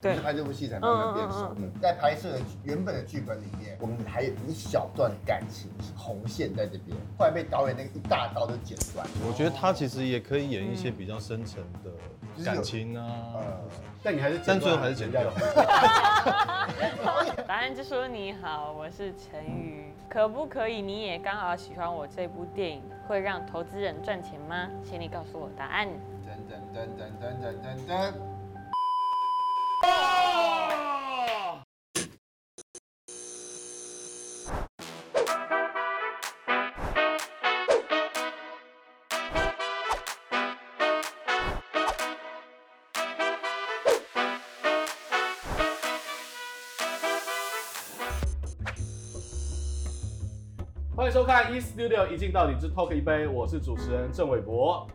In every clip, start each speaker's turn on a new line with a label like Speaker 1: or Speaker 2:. Speaker 1: 对
Speaker 2: 是拍这部戏才慢慢变熟。嗯，在拍摄的原本的剧本里面，我们还有一小段感情红线在这边，后来被导演那个一大刀就剪断。
Speaker 3: 我觉得他其实也可以演一些比较深层的感情
Speaker 2: 呃
Speaker 3: 啊，，
Speaker 4: 但你还是
Speaker 3: 但最后还是剪掉。
Speaker 1: 好
Speaker 5: 答案就说你好，我是陈瑜，可不可以你也刚好喜欢我这部电影，会让投资人赚钱吗？请你告诉我答案。
Speaker 2: 噔噔噔噔噔噔噔噔。
Speaker 4: 欢迎收看 E Studio 一镜到底之 Talk 一杯，我是主持人郑伟博。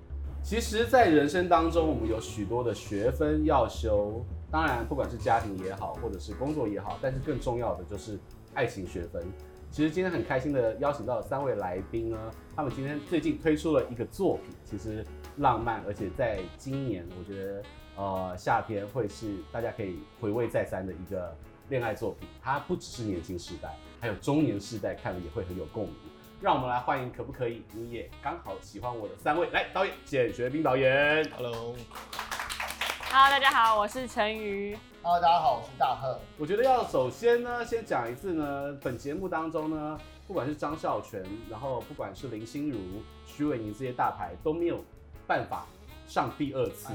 Speaker 4: 其实，在人生当中，我们有许多的学分要修，当然，不管是家庭也好，或者是工作也好，但是更重要的就是爱情学分。其实今天很开心的邀请到了三位来宾呢，他们今天最近推出了一个作品，其实浪漫，而且在今年，我觉得呃夏天会是大家可以回味再三的一个恋爱作品。它不只是年轻世代，还有中年世代看了也会很有共鸣。让我们来欢迎，可不可以？你也刚好喜欢我的三位，来导演简学斌导演，
Speaker 3: Hello，
Speaker 5: Hello，大家好，我是陈瑜。
Speaker 2: Hello，大家好，我是大贺。
Speaker 4: 我觉得要首先呢，先讲一次呢，本节目当中呢，不管是张孝全，然后不管是林心如、徐伟宁这些大牌都没有办法上第二次。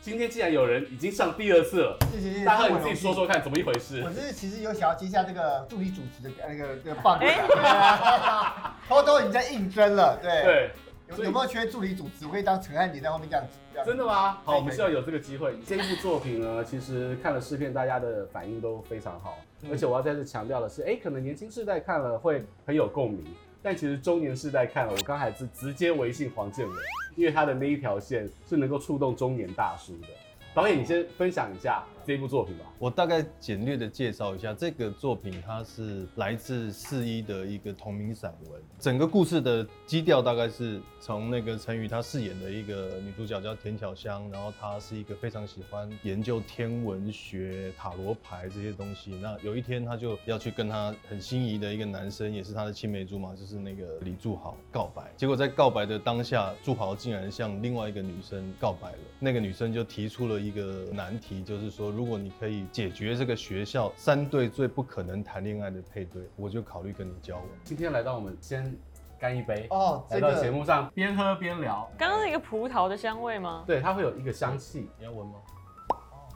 Speaker 4: 今天既然有人已经上第二次了，
Speaker 2: 谢谢谢谢。
Speaker 4: 大贺你自己说说看，怎么一回事
Speaker 2: 我？是其实有想要接下这个助理主持的呃那个这个棒子啊， 偷偷已经在应征了。对，
Speaker 4: 对，
Speaker 2: 有有没有缺助理主持？我可以当陈汉典在后面这样子。这样子
Speaker 4: 真的吗？哎
Speaker 2: 可
Speaker 4: 好，
Speaker 2: 以
Speaker 4: 我们希望有这个机会。这一部作品呢，其实看了试片，大家的反应都非常好，而且我要再次强调的是，哎、可能年轻世代看了会很有共鸣，但其实中年世代看了，我刚才是直接微信黄建伟，因为他的那一条线是能够触动中年大叔的。导演，你先分享一下这部作品吧。
Speaker 3: 我大概简略的介绍一下这个作品，它是来自四一的一个同名散文。整个故事的基调大概是从那个陈宇她饰演的一个女主角叫田巧香，然后她是一个非常喜欢研究天文学、塔罗牌这些东西。那有一天，她就要去跟她很心仪的一个男生，也是她的青梅竹马，就是那个李柱豪告白。结果在告白的当下，柱豪竟然向另外一个女生告白了。那个女生就提出了一个难题，就是说，如果你可以解决这个学校三对最不可能谈恋爱的配对，我就考虑跟你交往。
Speaker 4: 今天来到我们先干一杯，
Speaker 2: 哦，
Speaker 4: 来
Speaker 2: 这
Speaker 4: 到节
Speaker 2: 个
Speaker 4: 目上边喝边聊。
Speaker 5: 刚刚是一个葡萄的香味吗？
Speaker 4: 对，它会有一个香气。
Speaker 3: 你要闻吗？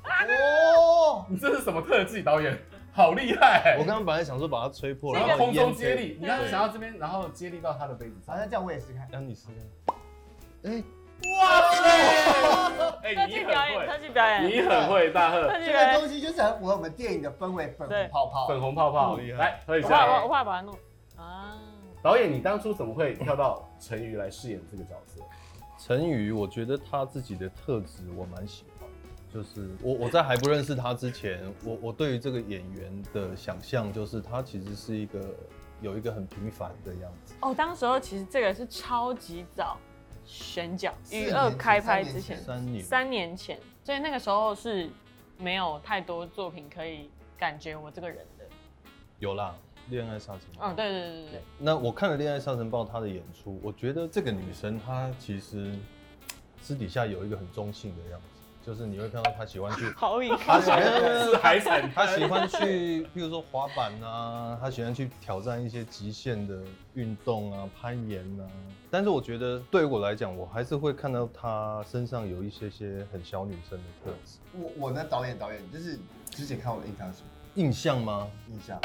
Speaker 2: 哦，
Speaker 4: 你这是什么特技？导演，好厉害
Speaker 3: 我刚刚本来想说把它吹破，
Speaker 4: 然后空中
Speaker 3: 烟飞
Speaker 4: 接力，你刚刚想要这边，然后接力到他的杯子
Speaker 2: 好
Speaker 4: 上。
Speaker 2: 像这样我也试看。
Speaker 3: 让啊你试看。
Speaker 4: 哇塞！哎、
Speaker 5: 特
Speaker 4: 你
Speaker 5: 技
Speaker 4: 很
Speaker 5: 表演，特
Speaker 4: 会，
Speaker 5: 技表演，
Speaker 4: 你很会，大贺，
Speaker 5: 特技
Speaker 2: 这
Speaker 5: 表
Speaker 2: 个
Speaker 5: 演。
Speaker 2: 东西就是很符合我们电影的氛围，粉
Speaker 5: 对
Speaker 2: 红泡泡。
Speaker 4: 粉红泡泡，
Speaker 3: 嗯厉害
Speaker 4: 来喝一
Speaker 5: 我怕我
Speaker 4: 下。
Speaker 5: 我怕把它弄啊。
Speaker 4: 导演，你当初怎么会跳到陈瑜来饰演这个角 色？
Speaker 3: 陈宇，我觉得他自己的特质我蛮喜欢，就是我我在还不认识他之前，我我对于这个演员的想象就是他其实是一个有一个很平凡的样子。
Speaker 5: 哦，当时候其实这个是超级早选角，
Speaker 2: 四年
Speaker 5: 与
Speaker 2: 前
Speaker 5: 二开拍之前，
Speaker 3: 三年，
Speaker 5: 三年前，所以那个时候是没有太多作品可以感觉我这个人的。
Speaker 3: 有啦，《恋爱沙尘暴》。
Speaker 5: 嗯，对对对对对。
Speaker 3: 那我看了《恋爱沙尘暴》她的演出，我觉得这个女生她其实私底下有一个很中性的样子，就是你会看到她喜欢去，
Speaker 5: 好饮，
Speaker 3: 她喜欢
Speaker 4: 是海产
Speaker 3: 他喜欢去， 譬如说滑板啊，他喜欢去挑战一些极限的运动啊，攀岩啊。但是我觉得对我来讲，我还是会看到他身上有一些些很小女生的特质。
Speaker 2: 我我呢导演导演，就是之前看我的印象是什么
Speaker 3: 印象吗？
Speaker 2: 印象？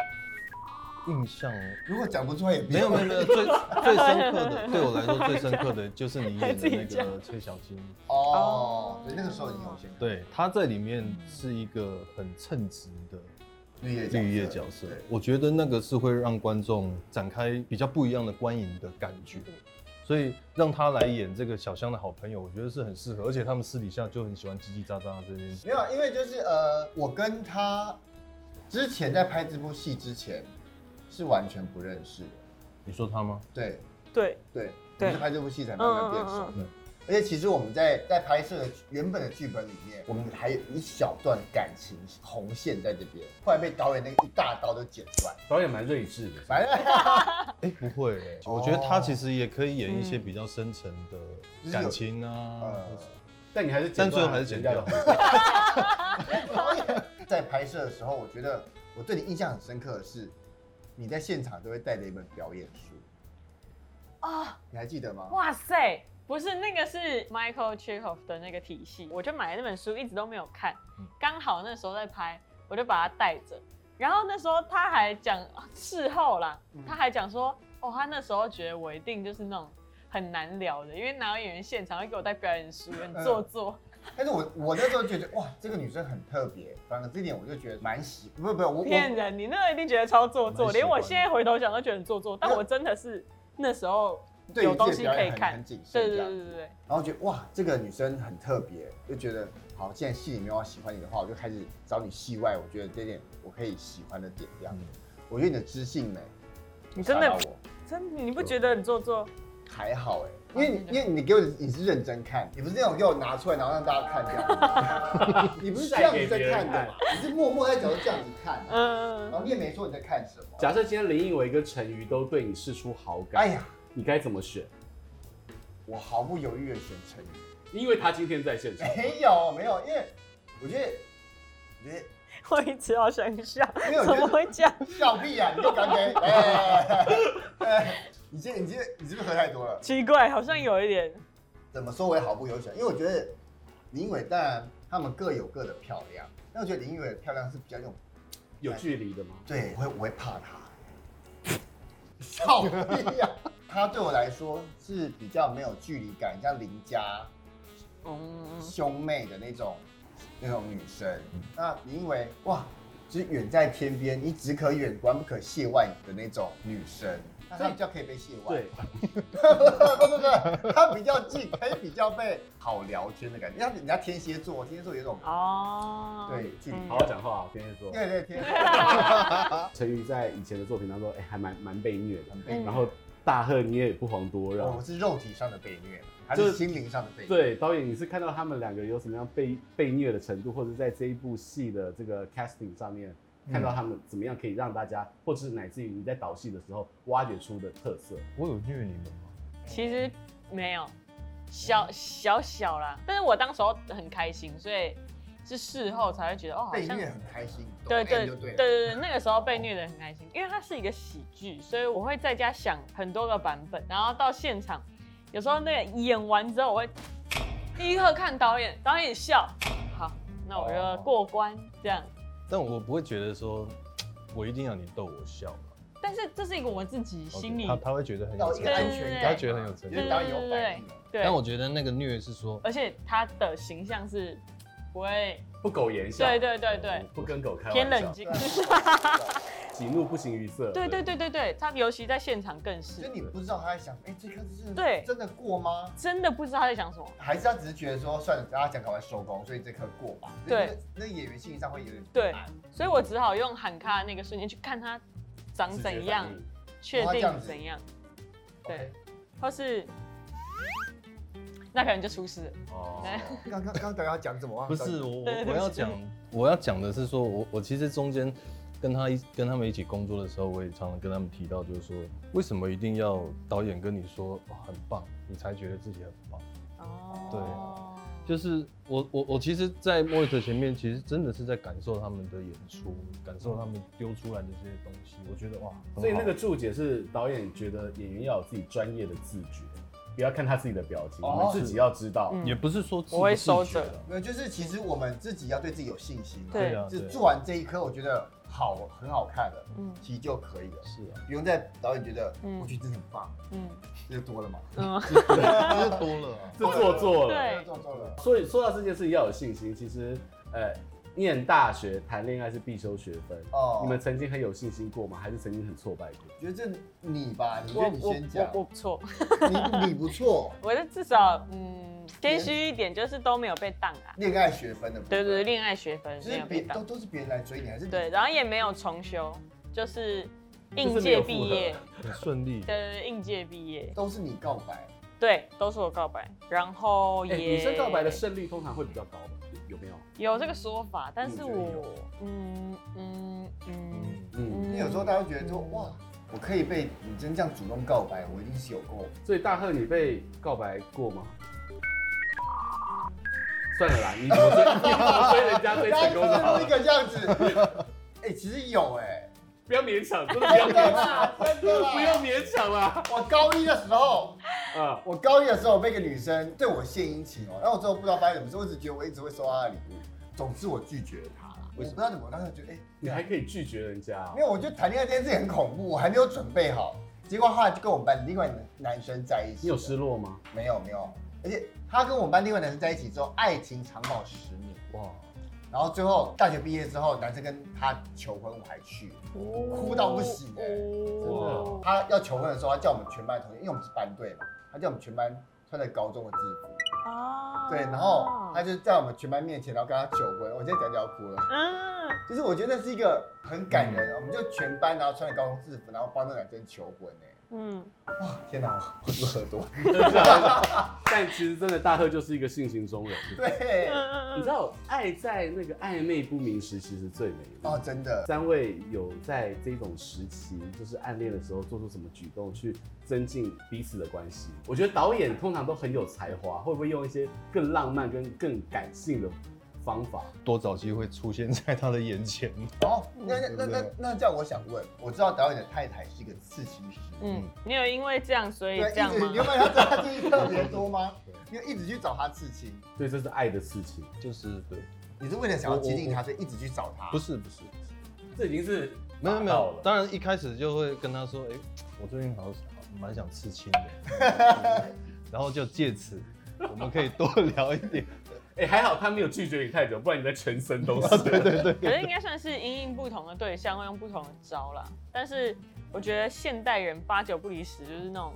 Speaker 3: 印象
Speaker 2: 如果讲不出来也不
Speaker 3: 没有没有没有，最最深刻的对我来说最深刻的就是你演的
Speaker 5: 还
Speaker 3: 那
Speaker 5: 自己
Speaker 3: 个崔小金。
Speaker 2: 哦，对，那个时候已经有先看
Speaker 3: 对，他在里面是一个很称职的
Speaker 2: 绿叶
Speaker 3: 绿叶角色
Speaker 2: 对，
Speaker 3: 我觉得那个是会让观众展开比较不一样的观影的感觉，所以让他来演这个小香的好朋友，我觉得是很适合，而且他们私底下就很喜欢叽叽喳喳这件事。
Speaker 2: 没有，因为就是呃，我跟他之前在拍这部戏之前是完全不认识的，
Speaker 3: 你说他吗？
Speaker 2: 对
Speaker 5: 对
Speaker 2: 对，
Speaker 5: 嗯
Speaker 1: 对
Speaker 2: 我是拍这部戏才慢慢变熟的。而且其实我们在在拍摄原本的剧本里面，我们还有一小段感情红线在这边，后来被导演那个一大刀都剪出来。
Speaker 4: 导演蛮睿智的，
Speaker 2: 反正
Speaker 3: 哎、不会、欸，
Speaker 5: 哦
Speaker 3: 我觉得他其实也可以演一些比较深沉的感情啊，
Speaker 2: 呃
Speaker 3: 或者
Speaker 4: 但你还是
Speaker 3: 但最后还是剪掉
Speaker 4: 了。
Speaker 2: 导演 在拍摄的时候，我觉得我对你印象很深刻的是，你在现场都会带着一本表演书，
Speaker 5: 啊、
Speaker 2: 你还记得吗？
Speaker 5: 哇塞！不是那个是 Michael Chekhov 的那个体系，我就买了那本书，一直都没有看
Speaker 3: 嗯。
Speaker 5: 刚好那时候在拍，我就把它带着。然后那时候他还讲事后啦
Speaker 2: 嗯，
Speaker 5: 他还讲说，哦，他那时候觉得我一定就是那种很难聊的，因为哪有演员现场会给我带表演书，很做作。
Speaker 2: 但是我我那时候觉得哇，这个女生很特别，反正这一点我就觉得蛮喜，不是不是我
Speaker 5: 骗
Speaker 2: 我
Speaker 5: 人！你那个一定觉得超做作，
Speaker 3: 蛮喜欢的
Speaker 5: 连我现在回头想都觉得很做作。但我真的是那时候，
Speaker 2: 对于
Speaker 5: 有东
Speaker 2: 自己
Speaker 5: 西
Speaker 2: 的表演
Speaker 5: 可以
Speaker 2: 很
Speaker 5: 看
Speaker 2: 很谨慎，
Speaker 5: 对
Speaker 2: 这
Speaker 5: 对
Speaker 2: 样
Speaker 5: 对对对对，
Speaker 2: 然后觉得哇，这个女生很特别，就觉得好，既然戏里面我喜欢你的话，我就开始找你戏外，我觉得这点我可以喜欢的点这样。
Speaker 3: 嗯
Speaker 2: 我觉得你的知性美，
Speaker 5: 你真的
Speaker 2: 打到我
Speaker 5: 真的你不觉得很做作？
Speaker 2: 还好哎、
Speaker 5: 哦
Speaker 2: 因为
Speaker 5: 真的
Speaker 2: 你因为你给我的你是认真看，你不是那种给我拿出来然后让大家看这 样，你不是这样子在看的嘛，你是默默在角度这样子看，啊
Speaker 5: 嗯
Speaker 2: 然，后你也没说你在看什么。
Speaker 4: 假设今天林奕伟跟陈瑜都对你示出好感，
Speaker 2: 哎呀，
Speaker 4: 你该怎么选？
Speaker 2: 我毫不犹豫的选成语。
Speaker 4: 因为他今天在现场，
Speaker 2: 没有没有，因为我觉得，我觉得。
Speaker 5: 我一直好想笑，
Speaker 2: 没有
Speaker 5: 怎么会这样？
Speaker 2: 笑屁啊！你就感觉， 哎哎哎哎哎，你今天你今天你是不是喝太多了？
Speaker 5: 奇怪，好像有一点。
Speaker 2: 怎么说我也毫不犹豫，因为我觉得林伟当然他们各有各的漂亮，但我觉得林伟的漂亮是比较那种，
Speaker 4: 有距离的吗？
Speaker 2: 对我会我会怕她。笑屁 呀、啊！她对我来说是比较没有距离感，像邻家
Speaker 5: 嗯，
Speaker 2: 兄妹的那种那种女生。那林伟哇，就是远在天边，你只可远观不可亵玩的那种女生。那她比较可以被亵玩。
Speaker 4: 对，
Speaker 2: 不不不， 他比较近，可以比较被好聊天的感觉。像人家天蝎座，天蝎座有 种
Speaker 5: 哦，
Speaker 2: 对距离
Speaker 5: 嗯
Speaker 4: 好好讲话啊，天蝎座。
Speaker 2: 对对天蝎
Speaker 4: 陈瑜在以前的作品当中，哎、还蛮蛮被虐的。
Speaker 2: 座。
Speaker 5: 嗯
Speaker 4: 然后大贺你也不遑多让。
Speaker 2: 我们是肉体上的被虐，还是心灵上的被虐？，
Speaker 4: 对，导演，你是看到他们两个有什么样被被虐的程度，或者在这一部戏的这个 casting 上面，看到他们怎么样可以让大家，或者是乃至于你在导戏的时候挖掘出的特色。
Speaker 3: 我有虐你们吗？
Speaker 5: 其实没有，小小小啦。但是我当时候很开心，所以是事后才会觉得哦，好
Speaker 2: 被
Speaker 5: 像
Speaker 2: 虐很开心，
Speaker 5: 对
Speaker 2: 懂哦 M
Speaker 5: 对
Speaker 2: 就对
Speaker 5: 对
Speaker 2: 了。
Speaker 5: 对对，那个时候被虐的很开心，因为它是一个喜剧，所以我会在家想很多个版本，然后到现场，有时候那个演完之后，我会立刻看导演，导演笑，好，那我就过关这样。
Speaker 3: 但我不会觉得说，我一定要你逗我笑嘛
Speaker 5: 但是这是一个我自己心里
Speaker 3: 哦他他会觉得很
Speaker 2: 要
Speaker 3: 有
Speaker 2: 有一
Speaker 3: 成
Speaker 2: 个
Speaker 3: 就
Speaker 2: 安
Speaker 3: 感，
Speaker 2: 全感，
Speaker 3: 他觉得很有成
Speaker 2: 因
Speaker 3: 就
Speaker 2: 为
Speaker 3: 感。
Speaker 2: 导演有反应了。
Speaker 5: 对，
Speaker 3: 但我觉得那个虐是说，
Speaker 5: 而且他的形象是不会，
Speaker 4: 不苟言笑，
Speaker 5: 对
Speaker 4: 嗯
Speaker 5: 对对对，
Speaker 4: 不跟狗开玩笑，
Speaker 5: 偏冷静，
Speaker 4: 喜怒不形于 色。
Speaker 5: 对对对对对，他尤其在现场更，
Speaker 2: 就是你不知道他在想，哎，这颗是
Speaker 5: 对
Speaker 2: 真的过吗？
Speaker 5: 真的不知道他在想什么。
Speaker 2: 还是他只是觉得说，算了，大家讲赶快收工，所哎以这颗过吧。
Speaker 5: 对
Speaker 2: 就是那，那演员心理上会有点
Speaker 5: 对
Speaker 2: 难
Speaker 5: 所以我只好用喊卡的那个瞬间去看他长
Speaker 4: 直觉
Speaker 5: 怎样
Speaker 4: 反，应
Speaker 5: 确
Speaker 2: 哦他这样
Speaker 5: 定
Speaker 2: 子
Speaker 5: 怎样，对
Speaker 2: OK，
Speaker 5: 或是那可能就出事了。
Speaker 4: 哦，
Speaker 2: 刚刚刚刚导演要讲什么？
Speaker 3: 不是
Speaker 5: 对
Speaker 3: 我
Speaker 5: 对
Speaker 3: 我
Speaker 5: 对
Speaker 3: 我要讲我要讲的是说，我我其实中间跟他一跟他们一起工作的时候，我也常常跟他们提到，就是说为什么一定要导演跟你说、哇很棒，你才觉得自己很棒。
Speaker 5: 哦，
Speaker 3: 就是是我我我其实，在莫里特前面，其实真的是在感受他们的演出，感受他们丢出来的这些东西。我觉得哇，很好
Speaker 4: 所以那个注解是导演觉得演员要有自己专业的自觉，不要看他自己的表情，
Speaker 2: 哦
Speaker 4: 我们自己要知道。
Speaker 5: 嗯
Speaker 3: 也不是说自
Speaker 5: 我会
Speaker 3: 不自觉
Speaker 5: 收着
Speaker 3: 啦
Speaker 2: 没有，就是其实我们自己要对自己有信心嘛。
Speaker 5: 对
Speaker 3: 对啊，
Speaker 2: 就
Speaker 3: 对啊
Speaker 2: 做完这一刻，我觉得好，很好看了，
Speaker 5: 嗯
Speaker 2: 其实就可以了，
Speaker 3: 是 啊，
Speaker 2: 不用再导演觉得，
Speaker 5: 嗯
Speaker 2: 我觉得真的很棒，
Speaker 5: 嗯
Speaker 2: 这就多了嘛，
Speaker 5: 嗯，
Speaker 3: 这多了啊、
Speaker 4: 是做作了。
Speaker 5: 对
Speaker 2: 这就做做了。
Speaker 4: 所以说到这件事情要有信心，其实呃，念大学谈恋爱是必修学分。
Speaker 2: 哦，
Speaker 4: 你们曾经很有信心过吗？还是曾经很挫败过？
Speaker 2: 觉得这你吧，你觉
Speaker 5: 我
Speaker 2: 得你
Speaker 5: 我
Speaker 2: 先讲
Speaker 5: 我，我不错，
Speaker 2: 你你不错，
Speaker 5: 我就至少嗯谦虚一点，就是都没有被当啊。
Speaker 2: 恋爱学分的部分，
Speaker 5: 对对对，恋爱学分
Speaker 2: 就
Speaker 5: 没
Speaker 2: 是
Speaker 5: 有被
Speaker 2: 别都
Speaker 5: 当，
Speaker 2: 都是别人来追你，还是你
Speaker 5: 对，然后也没有重修，就是应
Speaker 4: 就是没
Speaker 5: 届
Speaker 4: 有复合
Speaker 5: 毕业，
Speaker 3: 很顺利
Speaker 5: 对。对对，应届毕业，
Speaker 2: 都是你告白，
Speaker 5: 对，都是我告白，然后
Speaker 4: 哎、
Speaker 5: 也、
Speaker 4: 女生告白的胜率通常会比较高吧？有没有？
Speaker 5: 有这个说法，但是
Speaker 2: 你觉得有
Speaker 5: 我嗯嗯嗯
Speaker 4: 嗯，
Speaker 2: 因为有时候大家会觉得说，哇，我可以被女生这样主动告白，我一定是有够
Speaker 4: 所以大贺，你被告白过吗？算了啦，你怎么追？你怎么追人家追 成功
Speaker 2: 大家就是
Speaker 4: 的？
Speaker 2: 一个这样子。哎、其实有哎、
Speaker 4: 不要勉强，真的不要
Speaker 2: 真的
Speaker 4: 勉强，
Speaker 2: 啦，真的啦。
Speaker 4: 不要勉强 啦！
Speaker 2: 我高一的时候，
Speaker 4: 啊，
Speaker 2: 我高一的时候被一个女生对我献殷勤哦，然后我之后不知道发生什么事，我只觉得我一直会收到她的礼物，总之我拒绝了她啦。我不知道怎么，我当时觉得哎、
Speaker 4: 你还可以拒绝人家哦
Speaker 2: 没。有，我觉得谈恋爱这件事情很恐怖，我还没有准备好。结果后来就跟我们班另外一个男生在一起了。
Speaker 4: 你有失落 吗？
Speaker 2: 没有没有，而且他跟我们班另外一个男生在一起之后，爱情长跑十年，
Speaker 4: 哇，
Speaker 2: 然后最后大学毕业之后，男生跟他求婚，我还去了。哭到不行哎
Speaker 4: 真
Speaker 2: 他要求婚的时候，他叫我们全班同学，因为我们是班队嘛，他叫我们全班穿着高中的制服，
Speaker 5: 啊
Speaker 2: 对，然后他就在我们全班面前，然后跟他求婚，我现在讲就要哭了。
Speaker 5: 嗯，
Speaker 2: 就是我觉得那是一个很感人，我们就全班然后穿着高中制服，然后帮那个男生求婚哎，
Speaker 5: 嗯，
Speaker 2: 天哪，我是不是喝多？
Speaker 4: 的假的但其实真的，大贺就是一个性情中人。
Speaker 2: 对，
Speaker 4: 你
Speaker 5: 嗯
Speaker 4: 知道，爱在那个暧昧不明时，其实最美 的。
Speaker 2: 哦，真的，
Speaker 4: 三位有在这种时期，就是暗恋的时候做出什么举动去增进彼此的关系？我觉得导演通常都很有才华，会不会用一些更浪漫跟更感性的方法？
Speaker 3: 多找机会出现在他的眼前。
Speaker 2: 哦，那那那那那这样我想问，我知道导演的太太是一个刺青师，嗯，
Speaker 5: 嗯，你有因为这样所以
Speaker 2: 对，
Speaker 5: 这样
Speaker 2: 一直你有
Speaker 5: 吗？
Speaker 2: 没有发现他最近特别多吗？因为一直去找他刺青，
Speaker 4: 所以这是爱的事情，
Speaker 3: 就是对，
Speaker 2: 你是为了想要接近他，所以一直去找他，
Speaker 3: 不是不是，不是
Speaker 4: 这已经是
Speaker 3: 没有没
Speaker 4: 达到
Speaker 3: 有
Speaker 4: 了，
Speaker 3: 当然一开始就会跟他说，哎、我最近好像蛮想刺青的， 然后就借此我们可以多聊一点。
Speaker 4: 哎、还好他没有拒绝你太久，不然你的全身都是。对对对，
Speaker 5: 可是应该算是因应不同的对象会用不同的招啦。但是我觉得现代人八九不离十，就是那种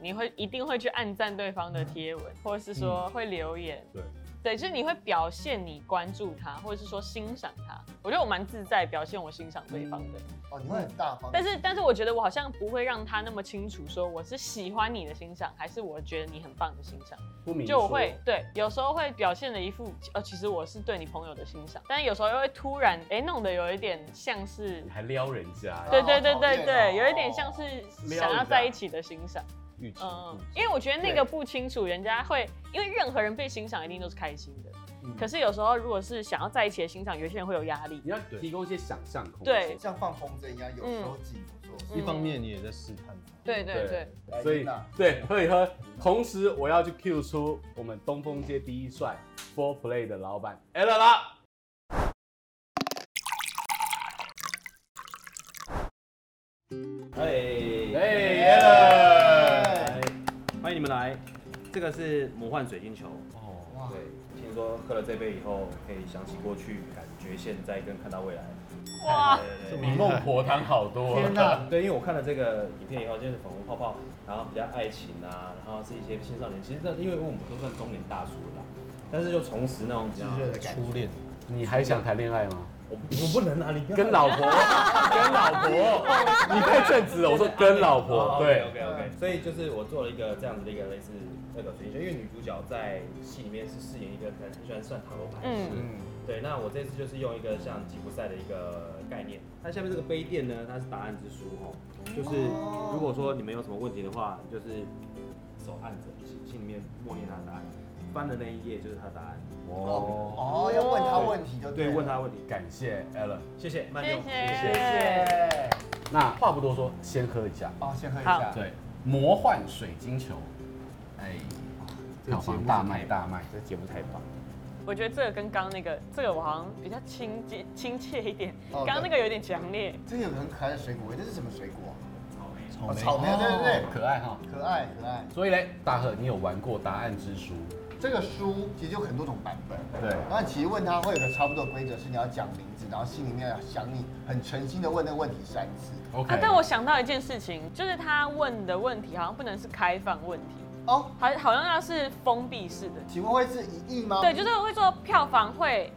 Speaker 5: 你会一定会去暗赞对方的贴文，或者是说会留言，
Speaker 4: 对
Speaker 5: 对，就是你会表现你关注他，或者是说欣赏他。我觉得我蛮自在表现我欣赏对方的，
Speaker 2: 哦，你会很大方，
Speaker 5: 但是但是我觉得我好像不会让他那么清楚说我是喜欢你的欣赏，还是我觉得你很棒的欣赏。
Speaker 4: 不明
Speaker 5: 就我
Speaker 4: 说
Speaker 5: 会对，有时候会表现的一副呃，其实我是对你朋友的欣赏，但有时候又会突然哎、弄得有一点像是
Speaker 4: 你，还撩人家，
Speaker 5: 对对对
Speaker 2: 好讨
Speaker 5: 对
Speaker 2: 厌
Speaker 5: 对，
Speaker 2: 哦
Speaker 5: 有一点像是想要在一起的欣赏，
Speaker 3: 欲擒
Speaker 5: 嗯，
Speaker 3: 故
Speaker 5: 因为我觉得那个不清楚，人家会因为任何人被欣赏一定都是开心的，
Speaker 2: 嗯
Speaker 5: 可是有时候如果是想要在一起的欣赏，有些人会有压力
Speaker 4: 你，要
Speaker 3: 对
Speaker 4: 提供一些想象空
Speaker 5: 对
Speaker 4: 间。
Speaker 2: 像放风筝一样，有时候紧，
Speaker 5: 嗯
Speaker 2: 有时候
Speaker 4: 嗯
Speaker 3: 纵一方面你也在试探他，
Speaker 5: 对对
Speaker 4: 对
Speaker 5: 对，
Speaker 2: 来啊
Speaker 4: 所以
Speaker 2: 那
Speaker 4: 对，所以和同时我要去 Q 出我们东风街第一帅 Four Play 的老板 e l l 啦。哎
Speaker 1: 哎，
Speaker 4: ，Ella，
Speaker 1: 欢迎你们来，这个是魔幻水晶球。
Speaker 2: 哇
Speaker 1: 对，听说喝了这杯以后，可以想起过去，感觉现在跟看到未来。
Speaker 5: 哇，
Speaker 1: 对对
Speaker 4: 比孟婆汤好多。啊
Speaker 2: 天哪，
Speaker 1: 对，因为我看了这个影片以后，就是粉红泡泡，然后比较爱情啊，然后是一些青少年，其实这因为我们都算中年大叔了啦，但是就重拾那种比较，
Speaker 2: 炙热的感觉，
Speaker 3: 初恋。
Speaker 4: 你还想谈恋爱 吗？
Speaker 1: 我我不能啊，你不要
Speaker 4: 跟老婆，跟老婆，你太正直了。我说跟老
Speaker 2: 哦
Speaker 4: 婆，对，
Speaker 1: ，OK OK。所哦以就是我做了一个这样子的一个类似那个水晶球，因为女主角在戏里面是饰演一个很很喜欢算塔罗牌，
Speaker 5: 嗯
Speaker 1: 嗯，对。那我这次就是用一个像吉普赛的一个概念，它下面这个杯垫呢，它是答案之书哦，就是如果说你们有什么问题的话，你就是手按着，心心里面默念它的答案，翻的那一页就是它的答案，
Speaker 4: 哦，
Speaker 2: 哦，要问他问题就
Speaker 1: 对，问
Speaker 2: 他，
Speaker 1: 他问题，
Speaker 4: 感谢 e l l
Speaker 1: 谢谢，慢
Speaker 5: 谢
Speaker 1: 用，
Speaker 5: 谢，
Speaker 2: 谢，
Speaker 4: 那话不多说，先喝一下。
Speaker 2: 哦，哎先喝一
Speaker 5: 好
Speaker 2: 下，
Speaker 4: 对，魔幻水晶球，哎，
Speaker 2: 这个
Speaker 4: 票
Speaker 2: 节目
Speaker 4: 房
Speaker 2: 是
Speaker 4: 大
Speaker 2: 太
Speaker 4: 卖大卖。
Speaker 1: 这节目太棒。
Speaker 5: 我觉得这个跟刚刚那个，这个我好像比较亲近亲切一点，
Speaker 2: 哦
Speaker 5: 刚刚那个有点强烈，
Speaker 2: 这个有个很可爱的水果味，这是什么水果啊？
Speaker 3: 草
Speaker 2: 哦草莓，对对对，
Speaker 4: 可爱哈。
Speaker 2: 可爱可爱。
Speaker 4: 所以嘞，大贺，你有玩过答案之书？
Speaker 2: 这个书其实有很多种版本，
Speaker 4: 对
Speaker 2: 然后其实问他会有个差不多的规则，是你要讲名字，然后心里面要想你，很诚心的问那个问题三次。
Speaker 4: OK
Speaker 5: 啊，但我想到一件事情，就是他问的问题好像不能是开放问题，
Speaker 2: 哦，
Speaker 5: 好好像要是封闭式的。
Speaker 2: 请问会是一亿吗？
Speaker 5: 对，就是会说票房会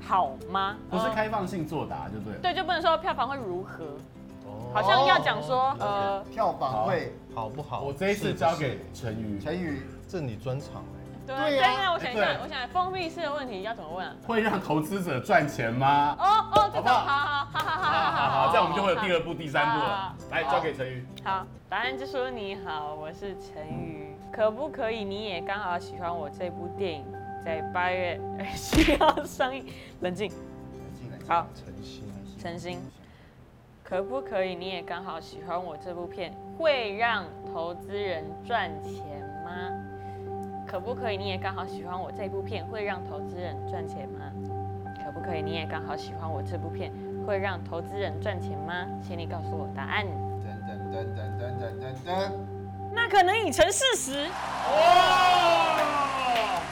Speaker 5: 好吗？
Speaker 4: 不是开放性作答就对了。
Speaker 5: 对，就不能说票房会如何，
Speaker 3: 哦
Speaker 5: 好像要讲说呃，
Speaker 2: 票房会
Speaker 3: 好不
Speaker 5: 哦
Speaker 3: 好？
Speaker 4: 我这一次
Speaker 3: 是不
Speaker 4: 交
Speaker 3: 是
Speaker 4: 给陈宇，
Speaker 2: 成语
Speaker 3: 这你专场哎，
Speaker 5: 对
Speaker 2: 对
Speaker 5: 对
Speaker 2: 啊
Speaker 5: 对，我想一
Speaker 4: 哎
Speaker 5: 下，
Speaker 4: 对
Speaker 5: 我想封闭式的问题要怎么问啊？
Speaker 4: 会让投资者赚钱吗？
Speaker 5: 哦哦，这
Speaker 4: 好不
Speaker 5: 种
Speaker 4: 好
Speaker 5: 好好好好好好
Speaker 4: 好好好，这样我们就会有第二步、第三步了
Speaker 5: 好。
Speaker 4: 来，
Speaker 5: 好
Speaker 4: 交给陈宇。
Speaker 5: 好，答案就说你好，我是陈宇，可不可以你也刚好喜欢我这部电影，在八月哎二七号上映， 冷静，
Speaker 2: 进来
Speaker 5: 好，
Speaker 3: 诚心
Speaker 5: 陈星，可不可以你也刚好喜欢我这部片，会让投资人赚钱吗？可不可以你也刚好喜欢我这部片，会让投资人赚钱吗？可不可以你也刚好喜欢我这部片，会让投资人赚钱吗？请你告诉我答案。
Speaker 2: 噔噔噔噔噔噔噔噔，
Speaker 5: 那可能已成事实。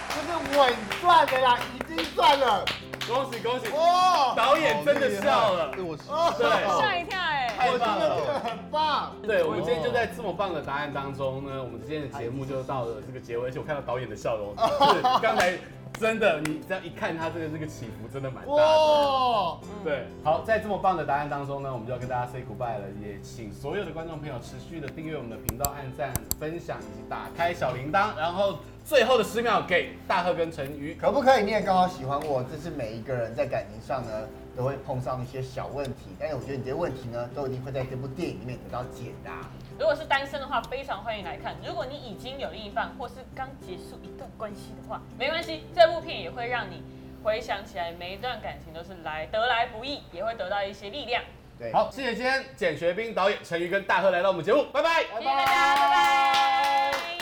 Speaker 2: 这是稳赚的啦，已经赚了
Speaker 4: 恭喜恭喜！
Speaker 2: 哦，
Speaker 4: 导演真的笑了
Speaker 3: 对。我是
Speaker 2: 哦
Speaker 4: 对
Speaker 5: 吓一跳哎、
Speaker 4: 太
Speaker 2: 我觉
Speaker 4: 棒
Speaker 2: 得这
Speaker 4: 了！
Speaker 2: 个很棒。
Speaker 4: 对，我们今天就在这么棒的答案当中呢，我们今天的节目就到了这个结尾，而且我看到导演的 笑容，是刚才真的，你这样一看他这个这个起伏真的蛮大的。
Speaker 2: 哇，
Speaker 4: 对，好，在这么棒的答案当中呢，我们就要跟大家 say goodbye 了，也请所有的观众朋友持续的订阅我们的频道、按赞、分享以及打开小铃铛，然后最后的十秒给大贺跟陈瑜。
Speaker 2: 可不可以你也刚好喜欢我？这是每一个人在感情上呢都会碰上一些小问题，但是我觉得你这些问题呢都一定会在这部电影里面得到解答。
Speaker 5: 如果是单身的话，非常欢迎来看。如果你已经有另一半，或是刚结束一段关系的话，没关系，这部片也会让你回想起来，每一段感情都是来得来不易，也会得到一些力量。
Speaker 2: 对，，
Speaker 4: 好，谢谢今天简学斌导演、陈瑜跟大贺来到我们节目，拜拜。
Speaker 5: 谢谢大家，拜拜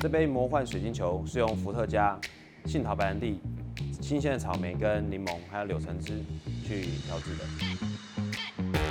Speaker 6: 这杯魔幻水晶球是用伏特加、杏桃白兰地、新鲜的草莓跟柠檬，还有柳橙汁去调制的。